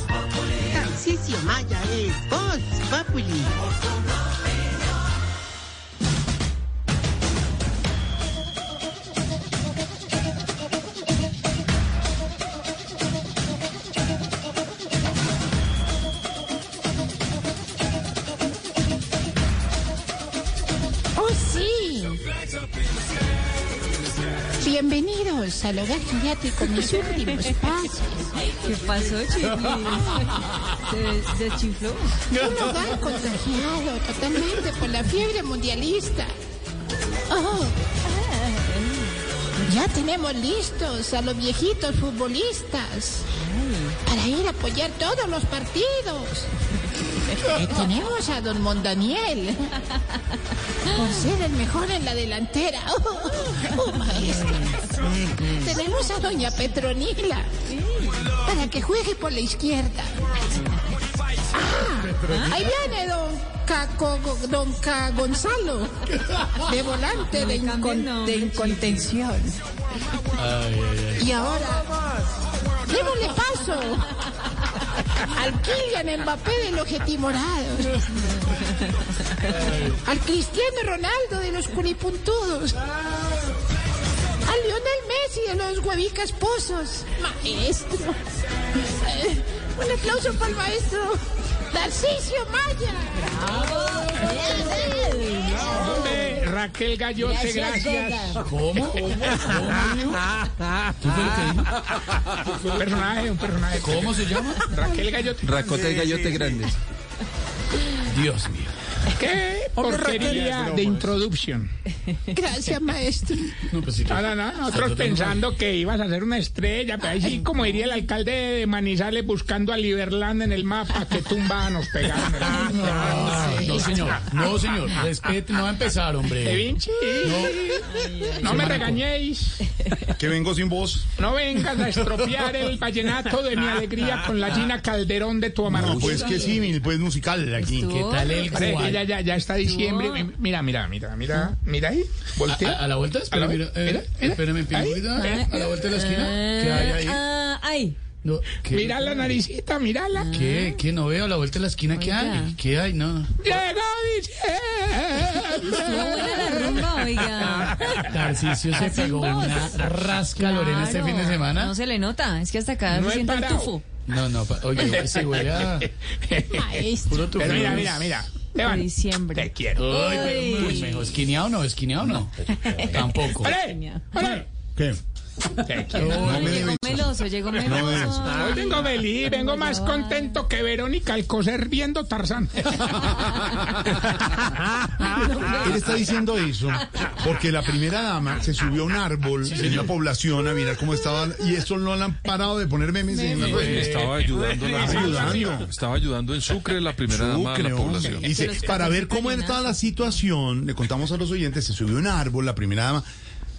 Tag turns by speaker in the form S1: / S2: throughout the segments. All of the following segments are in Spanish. S1: Tarcisio Maya es Voz Populi.
S2: ¡Oh, sí! Bienvenidos al hogar geriátrico, mis últimos pasos.
S3: ¿Qué pasó, Chiqui? ¿Se deschifló?
S2: Un hogar contagiado totalmente por la fiebre mundialista. Oh. Ya tenemos listos a los viejitos futbolistas para ir a apoyar todos los partidos. Eh, tenemos a don Mondaniel por ser el mejor en la delantera. Oh, oh, maestra. Tenemos a doña Petronila para que juegue por la izquierda. Ahí viene don Caco, don Ca Gonzalo, de volante de,
S3: No,
S2: incon-
S3: cambia el
S2: de
S3: nombre,
S2: incontención. Y ahora, démosle paso al Kylian Mbappé de los getimorados, al Cristiano Ronaldo de los cunipuntudos, al Lionel Messi de los huevicas pozos. Maestro. Eh, Un aplauso para el maestro Narcisio Maya.
S4: Eh, Raquel Gallote, gracias. Un personaje, un personaje.
S5: ¿Cómo se llama?
S4: Raquel Gallote.
S5: Racote y gallote grandes. Dios mío.
S4: ¿Qué porquería de introducción?
S2: Gracias, maestro.
S5: No, pues sí,
S4: No, no, no. Nosotros pensando que ibas a ser una estrella, pero ahí sí, como diría el alcalde de Manizales buscando a Liberland en el mapa, que tumba nos pegaron.
S5: No, señor. No, señor. Respete, Eh, no va a empezar,
S4: De
S5: hombre.
S4: Vinci, no me regañéis.
S6: Que vengo sin voz.
S4: No vengas a estropear el vallenato de mi alegría con la Gina Calderón de tu amargura.
S6: Pues que sí, mi, pues musical aquí.
S5: ¿Qué tal el
S4: Pare,
S5: cual?
S4: ya, ya, ya está diciembre. Mi- Mira, mira, mira, mira, mira ahí. Voltea.
S5: A, a la vuelta, espera,
S4: A la-
S5: mira, eh,
S4: mira, mira.
S5: espérame, pingüita,
S4: Ahí.
S5: a la vuelta de la esquina, ¿qué hay ahí?
S3: Ah, ay.
S5: No, ¿qué? Ah.
S4: Mira la naricita, mírala.
S5: ¿Qué? ¿Qué? No veo a la vuelta de la esquina, ¿qué hay? ¿Qué hay? No,
S4: Llegó diciembre.
S3: Estuvo buena la rumba, oiga.
S5: Tarcicio se
S3: Así
S5: pegó
S3: vos.
S5: una rasca Lorena este
S3: Claro.
S5: fin de semana.
S3: No se le nota, es que hasta acá
S4: No
S3: se
S4: he
S3: siente el
S4: parado.
S3: tufo.
S5: No, no, pa- oye, se huele a
S2: Maestro.
S5: puro tufo.
S4: Pero mira, mira, mira. Esteban,
S3: diciembre.
S4: te quiero.
S5: Ay, pero, uy, mejor, ¿esquineado o no? ¿Esquineado o no? Tampoco.
S4: ¡Ole! ¡Ole!
S6: ¿Qué?
S4: Te quiero.
S5: No me
S3: Llegó
S5: digas.
S3: meloso, llegó meloso.
S4: Hoy vengo feliz, vengo más contento que Verónica Alcocer viendo Tarzán.
S6: Él está diciendo eso porque la primera dama se subió a un árbol en la población a mirar cómo estaban y eso no la han parado de poner memes en la red.
S7: Pues Estaba ayudando, la-
S6: Ayudando.
S7: estaba ayudando en Sucre la primera dama de
S6: Sucre,
S7: la
S6: hombre.
S7: población.
S6: Uh, Dice,
S3: Pero es que
S6: para
S3: no
S6: ver
S3: se
S6: cómo
S3: caminan.
S6: estaba la situación, le contamos a los oyentes, se subió a un árbol, la primera dama,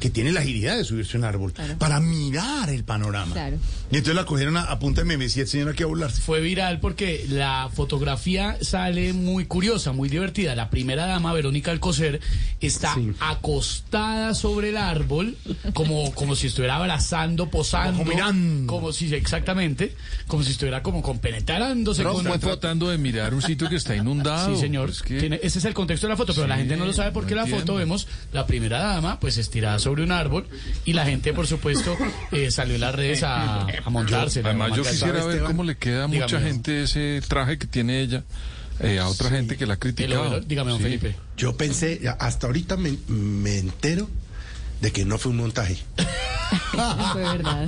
S6: que tiene la agilidad de subirse a un árbol, para mirar el panorama.
S3: Claro.
S6: Y entonces la cogieron a, a punta de memes y el señor aquí a burlarse.
S5: Fue viral porque la fotografía sale muy curiosa, muy divertida. La primera dama, Verónica Alcocer, está acostada sobre el árbol, como, como si estuviera abrazando, posando.
S6: Como mirando.
S5: Como si, exactamente, como si estuviera como compenetrándose
S7: Pero
S5: con
S7: está tratando de mirar un sitio que está inundado.
S5: Sí, señor.
S7: Es que-
S5: Tiene- ese es el contexto de la foto, pero la
S7: Sí,
S5: gente no lo sabe porque
S7: no
S5: la
S7: entiendo.
S5: foto vemos la primera dama, pues estirada sobre un árbol, y la gente, por supuesto, eh, salió en las redes a, a montarse.
S7: Además, yo quisiera ver
S6: Esteban?
S7: cómo le queda a mucha
S5: Dígame.
S7: gente ese traje que tiene ella, eh, a otra gente que la ha criticado.
S5: dígame, don
S7: Sí.
S5: Felipe.
S8: Yo pensé, ya, hasta ahorita me, me entero de que no fue un montaje.
S3: Fue verdad.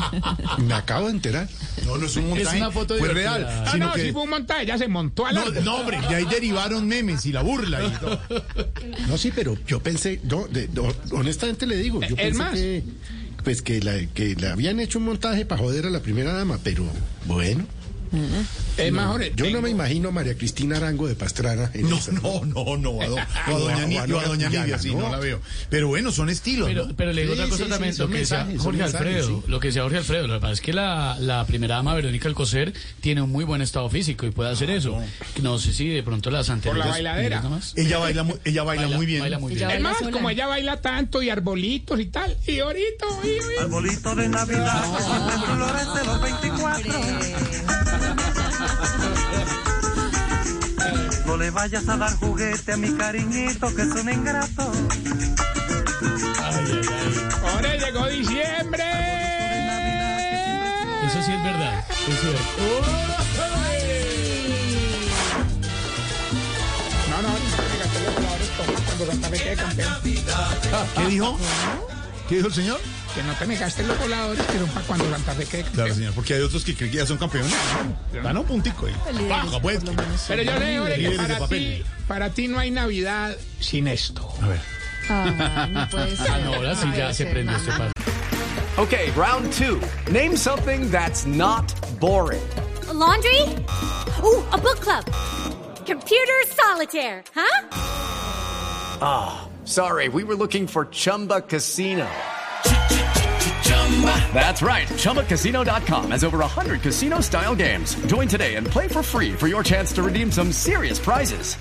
S8: Me acabo de enterar.
S6: No, no es un montaje.
S5: una foto
S6: fue
S5: divertida.
S6: real.
S4: Ah,
S6: sino
S4: no,
S6: que-
S4: si fue un montaje, ella se montó al
S6: no,
S4: árbol.
S6: no, hombre, y ahí derivaron memes y la burla y todo.
S8: No, sí, pero yo pensé, no, de- no, honestamente le digo, yo
S4: Es
S8: pensé
S4: más.
S8: que ¿eh, pues que la, que le habían hecho un montaje para joder a la primera dama, pero bueno,
S4: Es más, Jorge,
S8: Yo
S4: tengo-
S8: no me imagino a María Cristina Arango de Pastrana. en
S6: No,
S8: esa-
S6: no, no, no, a, do- o a
S8: O
S6: doña,
S8: a-
S6: Ni-
S8: o a
S6: o a doña
S8: Diana,
S6: Livia, sí,
S8: ¿no?
S6: no la veo. Pero bueno, son estilos,
S5: Pero,
S6: ¿no?
S5: pero le digo
S8: Sí,
S5: otra cosa
S8: sí,
S5: también,
S8: sí,
S5: lo
S8: son
S5: que decía
S8: mensajes, son
S5: Jorge
S8: mensajes,
S5: Alfredo,
S8: sí.
S5: lo que decía Jorge Alfredo, lo que pasa es que la, la primera dama Verónica Alcocer tiene un muy buen estado físico y puede hacer eso. No sé si de pronto las anteriores...
S4: bailadera.
S5: nomás.
S6: Ella baila, mu- ella baila,
S5: Baila-
S6: muy bien.
S5: baila muy
S3: Ella
S5: bien.
S4: Es
S3: baila
S4: más,
S3: sola.
S4: como ella baila tanto y arbolitos y tal, y ahorita, y, y-
S9: Arbolito de Navidad, flores de los 24. No le vayas a dar juguete a mi cariñito que es un ingrato.
S4: ahora llegó diciembre.
S5: Eso sí es verdad. es cierto.
S4: No, no, fíjate los flores como cuando Santa Fe quede campeón.
S6: ¿Qué dijo? ¿Qué dijo el señor?
S4: Que no te me gastes los voladores, que son para cuando Santa Fe quede campeón.
S6: Claro, señor, porque hay otros que creen que ya son campeones. Van a un puntico ahí. Baja, pues.
S4: Pero yo le digo que
S6: Líderes de
S4: para ti,
S6: papel.
S4: para ti no hay Navidad sin esto.
S6: A ver.
S3: Ay, no puede ser.
S5: Ah, no, ahora sí
S3: No
S5: ya
S3: puede
S5: se
S3: ser,
S5: prendió
S3: no.
S5: este par.
S10: Okay, round two. Name something that's not boring.
S11: A laundry? Ooh, a book club. Computer solitaire, huh?
S10: Sorry, we were looking for Chumba Casino. That's right. ChumbaCasino.com has over 100 casino style games. Join today and play for free for your chance to redeem some serious prizes.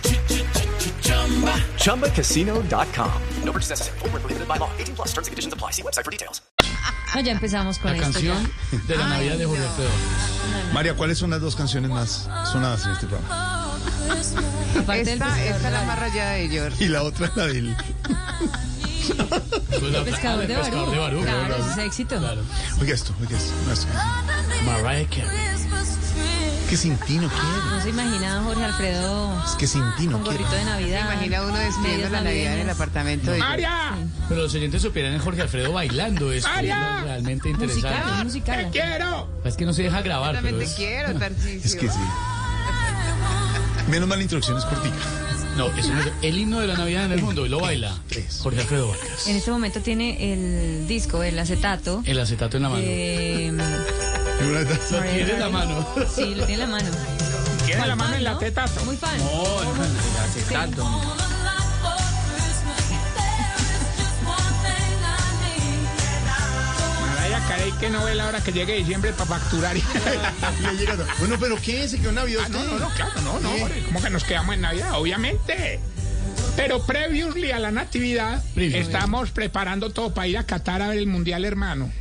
S10: ChumbaCasino.com. No purchase necessary. Void where prohibited by law. 18 plus terms and conditions apply. See website for details.
S3: No, Ah, ya empezamos con
S5: La
S3: esto. ya.
S5: canción de la Navidad de Jorge Alfredo.
S6: María, ¿cuáles son las dos canciones más sonadas en este programa?
S3: Aparte del
S9: Esta,
S3: pescador
S9: esta es
S3: de
S9: la
S3: Barú.
S9: más rayada de George.
S6: Y la otra, la del.
S5: Pues la-
S3: Pescador
S5: el
S3: de
S5: pescador de
S3: Barú.
S5: Barú.
S3: Claro, ese es éxito.
S5: Claro.
S6: Oiga esto, oiga esto. no, esto.
S5: Mariah Carey.
S6: Que sin ti no quiero.
S3: No se imagina a Jorge Alfredo
S6: Es que sin ti no
S3: con
S6: quiero.
S3: gorrito de Navidad.
S9: Imagina uno despidiendo
S3: medias
S9: la Navidad en el
S3: navideñas.
S9: apartamento de George.
S4: ¡María!
S5: Pero los oyentes supieran en Jorge Alfredo bailando es
S4: ¡María!
S5: realmente
S3: Musical, es
S5: interesante.
S3: musical.
S4: ¡Te quiero!
S5: Es que no se deja
S9: Yo
S5: grabar,
S9: también
S5: pero
S9: te
S5: es-
S9: quiero, Tarcisio.
S6: Es que sí. Menos mal la introducción es cortica.
S5: No, es un- el himno de la Navidad en el mundo y lo baila
S6: tres.
S5: Jorge Alfredo Vargas.
S3: En este momento tiene el disco, el acetato.
S5: El acetato en la mano.
S3: de-
S6: Y una de estas-
S5: Lo tiene en la mano.
S3: Sí, lo tiene en la mano.
S4: Tiene la mano en la
S3: ¿no?
S4: teta.
S3: Muy fan.
S4: María Carey que no ve la hora que llegue diciembre para facturar.
S6: Ya llegaron. Bueno, pero ¿qué? ¿Se quedó en Navidad?
S4: Ah, no, no, no,
S6: usted?
S4: claro, no, no.
S6: Sí.
S4: hombre, ¿Cómo que nos quedamos en Navidad? Obviamente. Pero previously a la Natividad,
S5: Previously.
S4: estamos preparando todo para ir a Qatar a ver el Mundial, hermano.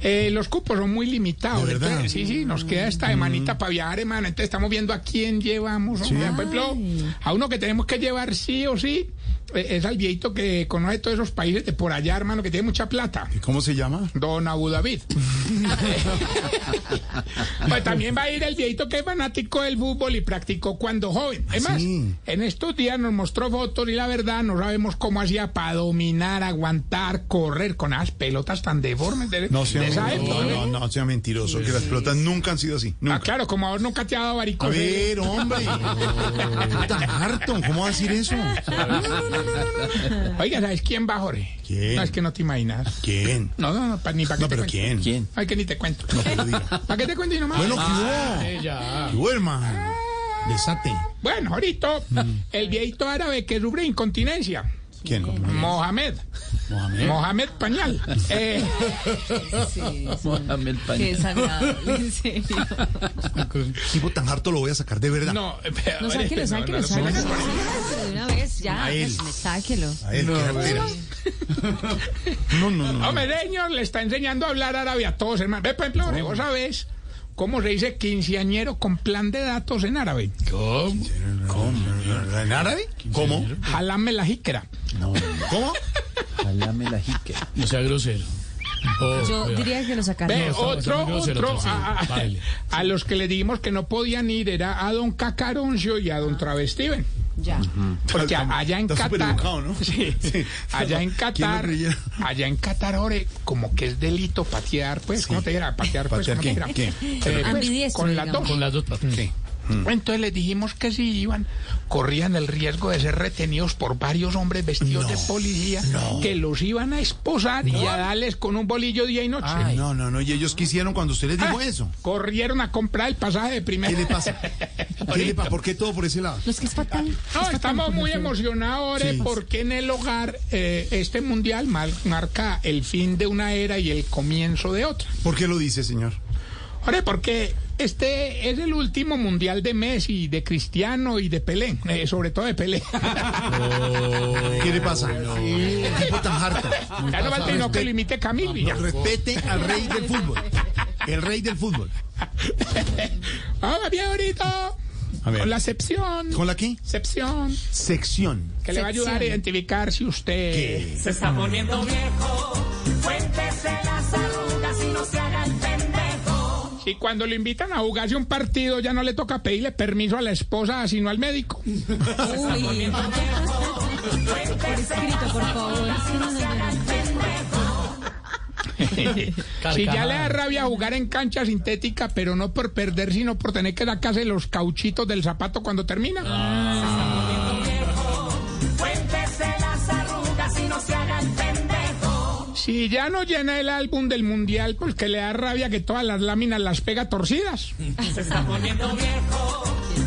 S4: Eh, los cupos son muy limitados.
S6: ¿De verdad? Mm.
S4: entonces, sí, sí, nos queda esta semanita para viajar, hermano. Entonces estamos viendo a quién llevamos. hombre. Por ejemplo, a uno que tenemos que llevar sí o sí eh, es al viejito que conoce todos esos países de por allá, hermano, que tiene mucha plata.
S6: ¿Y ¿Cómo se llama?
S4: Don Abu David. pues también va a ir el viejito que es fanático del fútbol y practicó cuando joven. Es
S6: Ah,
S4: más,
S6: sí.
S4: en estos días nos mostró fotos y la verdad no sabemos cómo hacía para dominar, aguantar, correr con esas pelotas tan deformes de,
S6: No sea,
S4: de esa
S6: mentiroso.
S4: época.
S6: no, no, no sea mentiroso, que las pelotas nunca han sido así.
S4: Ah,
S6: Nunca.
S4: claro, como ahora nunca te ha dado
S6: A
S4: varicocele.
S6: ver, hombre. Tan harto, ¿cómo va a decir eso?
S4: Oiga, ¿sabes quién va, Jorge?
S6: ¿Quién?
S4: No, es que no te imaginas.
S6: ¿Quién?
S4: No, no, no, pa- ni para que
S6: No,
S4: te
S6: pero
S4: cuente.
S6: ¿quién? ¿Quién?
S4: Ay, que ni te cuento.
S6: No, pero diga.
S4: ¿Para qué te cuento y nomás?
S6: Bueno, ¿qué hubo?
S5: Ella.
S6: ¿Qué hubo, hermano? Desate.
S4: Bueno, ahorita,
S6: Mm.
S4: el viejito árabe que sufre incontinencia,
S6: ¿Quién?
S4: Mohamed. Mohamed, Pañal. Eh,
S3: Qué desagradable, en serio.
S6: Tipo tan harto lo voy a sacar, de verdad.
S4: no, pero-
S3: No, sáquelo, sáquelo,
S4: no, no,
S3: sáquelo.
S4: no, no.
S3: sáquelo De una vez, ya.
S6: A él.
S3: Sáquelo.
S6: A él, qué jartera. No, no, no.
S4: Hombre, señor, le está enseñando a hablar árabe a todos, hermano. Ve, por ejemplo, Jorge, vos sabés cómo se dice quinceañero con plan de datos en árabe.
S5: ¿Cómo?
S6: ¿Cómo? ¿En árabe? ¿Cómo?
S4: Jalame la jícara.
S6: ¿Cómo?
S5: No sea grosero. Oh,
S3: Yo
S5: cuidado.
S3: diría que lo
S4: Ve,
S3: sacaría.
S5: está- está
S4: otro,
S5: muy grosero,
S4: otro,
S5: Tarcisio.
S4: a, a-
S5: Baile.
S4: a los que le dijimos que no podían ir era a don Cacaroncio y a don Travestiven.
S3: Ah. Ya.
S4: Porque a- allá en
S6: Está
S4: Qatar.
S6: supereducado, ¿no?
S4: Sí.
S6: Sí.
S4: Allá en
S6: ¿Quién lo
S4: Qatar.
S6: creyera?
S4: Allá en Qatar, ore, como que es delito patear, pues. ¿Cómo te dirá? Patear, pues.
S6: ¿Patear
S4: ¿cómo te
S6: qué?
S4: dirá?
S6: ¿Qué?
S4: Eh, pues,
S3: Ambidiestro,
S4: con las
S3: digamos.
S4: dos.
S5: Con las dos patas.
S6: ¿Qué?
S4: Entonces les dijimos que si iban, corrían el riesgo de ser retenidos por varios hombres vestidos de policía que los iban a esposar y a darles con un bolillo día y noche.
S6: Ay, no, no, no. ¿Y ellos qué hicieron cuando usted les dijo
S4: Ah,
S6: eso?
S4: Corrieron a comprar el pasaje de primera.
S6: ¿Qué le pasa? ¿Qué le pa- ¿Por qué todo por ese lado?
S3: No, es que es fatal.
S4: No, estamos muy emocionados ahora
S6: Sí.
S4: porque en el hogar eh, este mundial mar- marca el fin de una era y el comienzo de otra.
S6: ¿Por qué lo dice, señor?
S4: Ahora, porque este es el último mundial de Messi, de Cristiano y de Pelé, eh, sobre todo de Pelé.
S6: ¿Qué le pasa? ¿Qué tipo tan harto?
S4: ya no falta sino que lo imite Camilo. y ya.
S6: Respete al rey del fútbol. El rey del fútbol.
S4: Vamos bien ahorita.
S6: A ver.
S4: Con la sección.
S6: ¿Con la qué?
S4: Sección.
S6: Sección.
S4: Que le va a ayudar a identificar si usted...
S6: ¿Qué?
S9: Se está poniendo viejo. Cuéntese las arrugas y no se haga el pendejo.
S4: Si cuando lo invitan a jugarse un partido ya no le toca pedirle permiso a la esposa, sino al médico.
S3: Uy. Por escrito, por favor. No, no, no, no.
S4: Si ya le da
S5: Carcajadas.
S4: rabia jugar en cancha sintética, pero no por perder, sino por tener que sacarse los cauchitos del zapato cuando termina.
S9: Ah. Cuéntese las arrugas y no se haga el pendejo.
S4: Si ya no llena el álbum del mundial, pues que le da rabia que todas las láminas las pega torcidas.
S9: Se está poniendo viejo.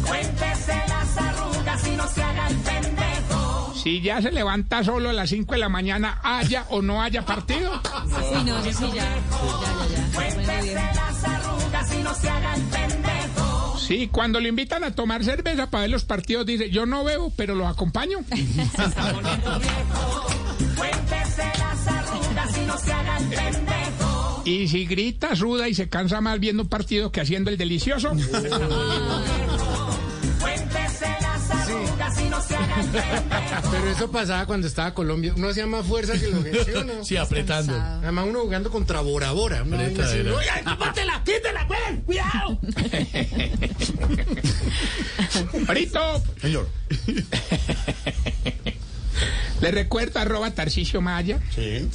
S9: Cuéntese las arrugas y no se haga el pendejo.
S4: Si ya se levanta solo a las 5 de la mañana, haya o no haya partido.
S3: Uy, no, yo sí ya. Ya, ya, ya. Se pone bien.
S9: Cuéntese las arrugas y no se haga el pendejo.
S4: Si cuando le invitan a tomar cerveza para ver los partidos, dice, yo no bebo, pero los acompaño.
S9: Cuéntese las arrugas y no se haga el pendejo.
S4: Y si grita, suda y se cansa más viendo un partido que haciendo el delicioso.
S9: Cuéntese las arrugas y no se haga el pendejo.
S12: Pero eso pasaba cuando estaba Colombia. Uno hacía más fuerza que lo que ¿sí o no?
S5: Sí, apretando.
S12: Además, uno jugando contra Bora Bora. Una vaina así, ¿no?
S5: Apretadera.
S9: ¡Quítela, quítela, güey! ¡Cuidado!
S4: Ahorita
S6: Señor.
S4: les recuerdo arroba Tarcicio Maya.
S6: Sí.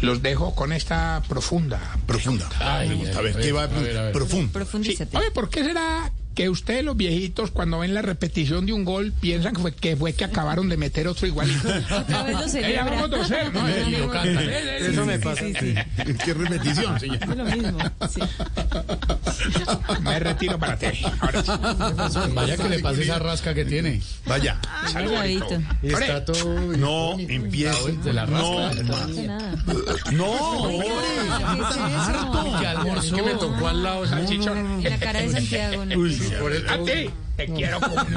S4: Los dejo con esta profunda.
S6: Profunda.
S5: Ay,
S6: Me gusta. a
S5: ay,
S6: ver,
S5: ay,
S6: ¿qué va?
S5: a ver, a ver.
S6: Profundo.
S4: Sí,
S3: Profundízate.
S4: oye, ¿por qué será que ustedes los viejitos cuando ven la repetición de un gol piensan que fue que, fue que acabaron de meter otro igualito?
S3: Otra vez lo
S4: Eh, ya
S3: celebra.
S4: vamos 2-0, ¿no?
S5: Sí, lo canta.
S12: Eso me pasa.
S6: Qué repetición, señor.
S3: Lo mismo. Sí.
S4: Me retiro para ti. Ahora sí.
S5: Vaya que le pase esa rasca que tiene.
S6: Vaya.
S3: Un rabito.
S12: Y está todo.
S6: No, empiece.
S5: De la
S6: No,
S5: rasca.
S6: ma-
S3: De nada.
S6: no,
S3: ¿Qué es
S5: Que
S3: eso?
S5: almorzó.
S12: Que me tocó al lado.
S4: Salchichón.
S3: Y la cara de Santiago. ¿no?
S12: Por el-
S4: A
S6: Ah,
S4: ti. Te quiero como un-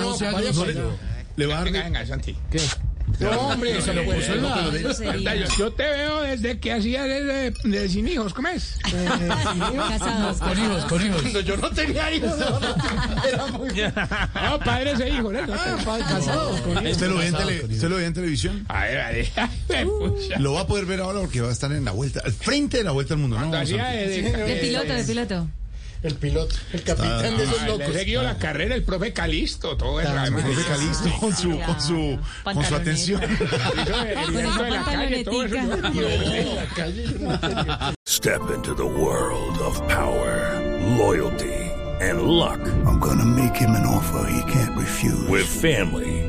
S5: No sea
S12: vaya
S5: grosero.
S12: para allá.
S6: Le va a
S4: Venga,
S6: dar.
S4: venga, Santi.
S12: No, hombre.
S5: Se lo puso en la...
S4: Verdad,
S3: Grosería.
S4: Yo, yo te veo desde que hacías de, de sin hijos, ¿cómo es?
S3: Casados.
S5: Con hijos, con hijos.
S12: Yo no tenía hijos. Era muy.
S4: No, padres e hijos, ¿eh?
S3: Ah,
S12: Casado.
S6: ¿Usted Este lo, ve en tele- usted lo ve en televisión?
S12: Ah,
S4: A ver, a ver. Ay,
S3: Uh.
S4: pucha.
S6: Lo va a poder ver ahora porque va a estar en la vuelta, al frente de la vuelta al mundo. No,
S4: Cuando
S6: Santi.
S4: hacía de- de-
S3: De
S4: de-
S3: piloto, de piloto.
S12: El piloto. El capitán de esos
S4: Ay, le
S12: locos.
S4: seguido la carrera el profe Calisto, todo eso.
S6: El
S4: además.
S6: profe Calixto con su, con su, con su
S3: Pantaloneta.
S6: atención.
S4: Eso de- el
S3: Con
S4: resto de la
S3: esa
S4: calle, todo eso.
S3: pantalonetica.
S12: En la calle.
S13: Step into the world of power, loyalty, and luck. I'm going to make him an offer he can't refuse. With family,